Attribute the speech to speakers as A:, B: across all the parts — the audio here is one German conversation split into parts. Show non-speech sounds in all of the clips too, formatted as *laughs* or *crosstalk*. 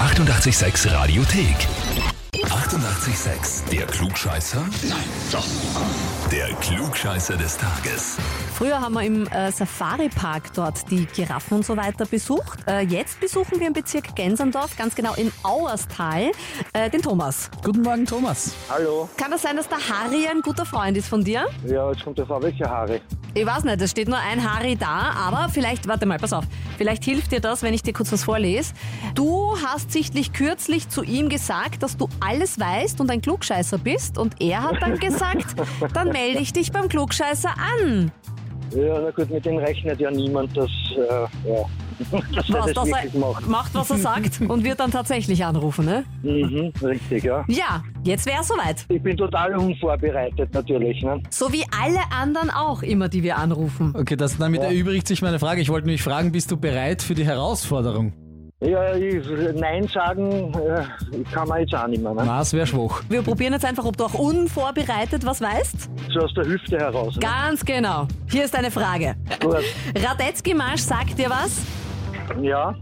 A: 886 Radiothek. 88,6. Der Klugscheißer? Nein, doch. Der Klugscheißer des Tages.
B: Früher haben wir im äh, Safari-Park dort die Giraffen und so weiter besucht. Äh, jetzt besuchen wir im Bezirk Gensendorf, ganz genau in Auerstal, äh, den Thomas.
C: Guten Morgen, Thomas.
D: Hallo.
B: Kann es sein, dass der Harry ein guter Freund ist von dir?
D: Ja, jetzt kommt der Frau welche Haare.
B: Ich weiß nicht, es steht nur ein Harry da, aber vielleicht, warte mal, pass auf, vielleicht hilft dir das, wenn ich dir kurz was vorlese. Du hast sichtlich kürzlich zu ihm gesagt, dass du alles weißt und ein Klugscheißer bist und er hat dann gesagt, dann melde ich dich beim Klugscheißer an.
D: Ja, na gut, mit dem rechnet ja niemand, dass, äh, ja, *laughs* dass er
B: Was,
D: das
B: dass er
D: wirklich macht.
B: macht, was er
D: *laughs*
B: sagt und wird dann tatsächlich anrufen, ne?
D: Mhm, richtig, ja.
B: Ja, jetzt wäre soweit.
D: Ich bin total unvorbereitet natürlich. Ne?
B: So wie alle anderen auch immer, die wir anrufen.
C: Okay, das, damit erübrigt sich meine Frage. Ich wollte nämlich fragen, bist du bereit für die Herausforderung?
D: Ja, ich, Nein sagen äh, kann man jetzt auch nicht mehr. Ne?
C: Na, es wäre schwach.
B: Wir probieren jetzt einfach, ob du auch unvorbereitet was weißt.
D: So aus der Hüfte heraus. Ne?
B: Ganz genau. Hier ist eine Frage.
D: Gut.
B: Radetzky-Marsch sagt dir was?
D: Ja,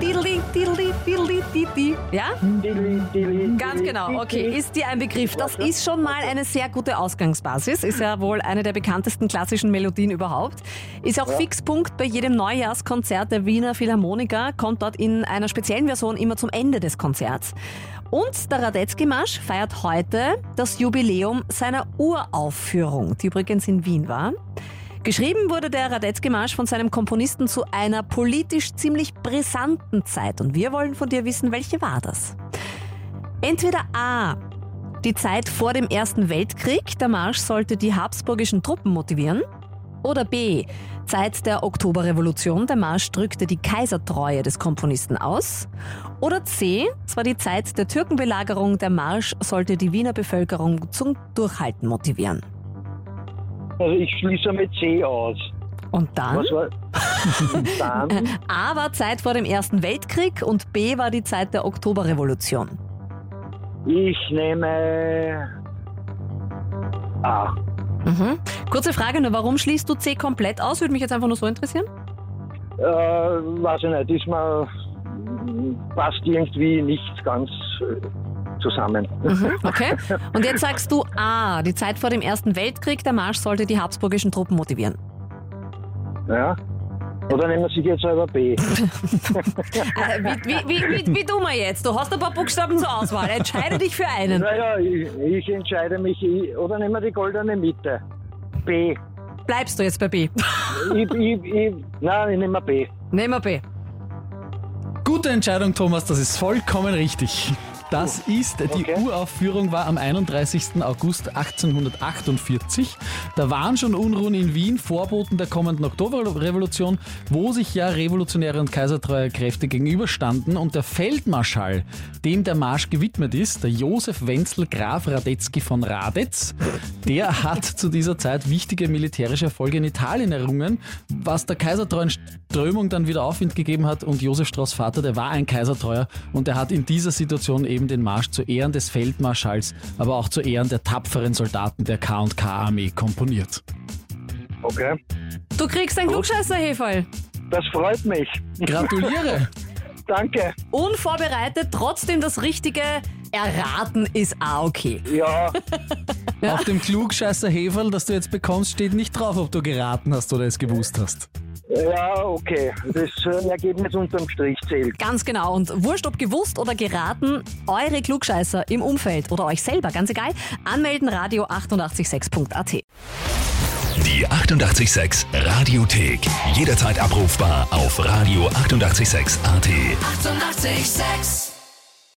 B: Diddli, diddli, diddli, diddli. Ja?
D: Dili, dili,
B: Ganz
D: dili,
B: genau.
D: dili,
B: Okay,
D: dili.
B: ist dir ein Begriff. Das ist schon mal eine sehr gute Ausgangsbasis. Ist ja wohl eine der bekanntesten klassischen Melodien überhaupt. Ist auch Fixpunkt bei jedem Neujahrskonzert der Wiener Philharmoniker. Kommt dort in einer speziellen Version immer zum Ende des Konzerts. Und der Radetzky-Marsch feiert heute das Jubiläum seiner Uraufführung, die übrigens in Wien war. Geschrieben wurde der Radetzky-Marsch von seinem Komponisten zu einer politisch ziemlich brisanten Zeit. Und wir wollen von dir wissen, welche war das? Entweder A. Die Zeit vor dem Ersten Weltkrieg, der Marsch sollte die habsburgischen Truppen motivieren. Oder B. Zeit der Oktoberrevolution, der Marsch drückte die Kaisertreue des Komponisten aus. Oder C. Es war die Zeit der Türkenbelagerung, der Marsch sollte die Wiener Bevölkerung zum Durchhalten motivieren.
D: Also ich schließe mit C aus.
B: Und dann?
D: Was war?
B: *laughs*
D: Dann,
B: A war Zeit vor dem Ersten Weltkrieg und B war die Zeit der Oktoberrevolution.
D: ich nehme A.
B: Mhm. Kurze Frage nur, warum schließt du C komplett aus? Würde mich jetzt einfach nur so interessieren.
D: Äh, weiß ich nicht, ist mir, passt irgendwie nicht ganz äh, zusammen.
B: Mhm, okay. Und jetzt sagst du, ah, die Zeit vor dem Ersten Weltkrieg, der Marsch sollte die habsburgischen Truppen motivieren.
D: Ja? Oder nehmen wir sich jetzt selber B.
B: Äh, wie, wie, wie, wie, wie tun wir jetzt? Du hast ein paar Buchstaben zur Auswahl. Entscheide dich für einen.
D: Naja, ich, ich entscheide mich, ich, oder nehmen wir die goldene Mitte. B.
B: Bleibst du jetzt bei B?
D: Ich, ich, ich, nein, ich nehme B.
B: Nehmen wir B.
C: Gute Entscheidung, Thomas, das ist vollkommen richtig. Das ist, die
D: okay.
C: Uraufführung war am 31. August 1848. Da waren schon Unruhen in Wien, Vorboten der kommenden Oktoberrevolution, wo sich ja revolutionäre und kaisertreue Kräfte gegenüberstanden. Und der Feldmarschall, dem der Marsch gewidmet ist, der Josef Wenzel Graf Radetzky von Radetz, der hat zu dieser Zeit wichtige militärische Erfolge in Italien errungen, was der kaisertreuen Strömung dann wieder Aufwind gegeben hat. Und Josef Strauß Vater, der war ein Kaisertreuer und der hat in dieser Situation eben den Marsch zu Ehren des Feldmarschalls, aber auch zu Ehren der tapferen Soldaten der K&K-Armee komponiert.
D: Okay.
B: Du kriegst ein klugscheißer Heferl.
D: Das freut mich.
C: Gratuliere!
D: Danke.
B: Unvorbereitet, trotzdem das Richtige erraten ist auch okay.
D: Ja,
C: Auf dem Klugscheißer Heferl, das du jetzt bekommst, steht nicht drauf, ob du geraten hast oder es gewusst hast.
D: ja, okay. Das äh, Ergebnis unterm Strich zählt.
B: Ganz genau. Und wurscht, ob gewusst oder geraten, eure Klugscheißer im Umfeld oder euch selber, ganz egal, anmelden radio 886.at.
A: Die 88,6 Radiothek. Jederzeit abrufbar auf radio886.at. 88,6.
E: Eighty-eight, sex.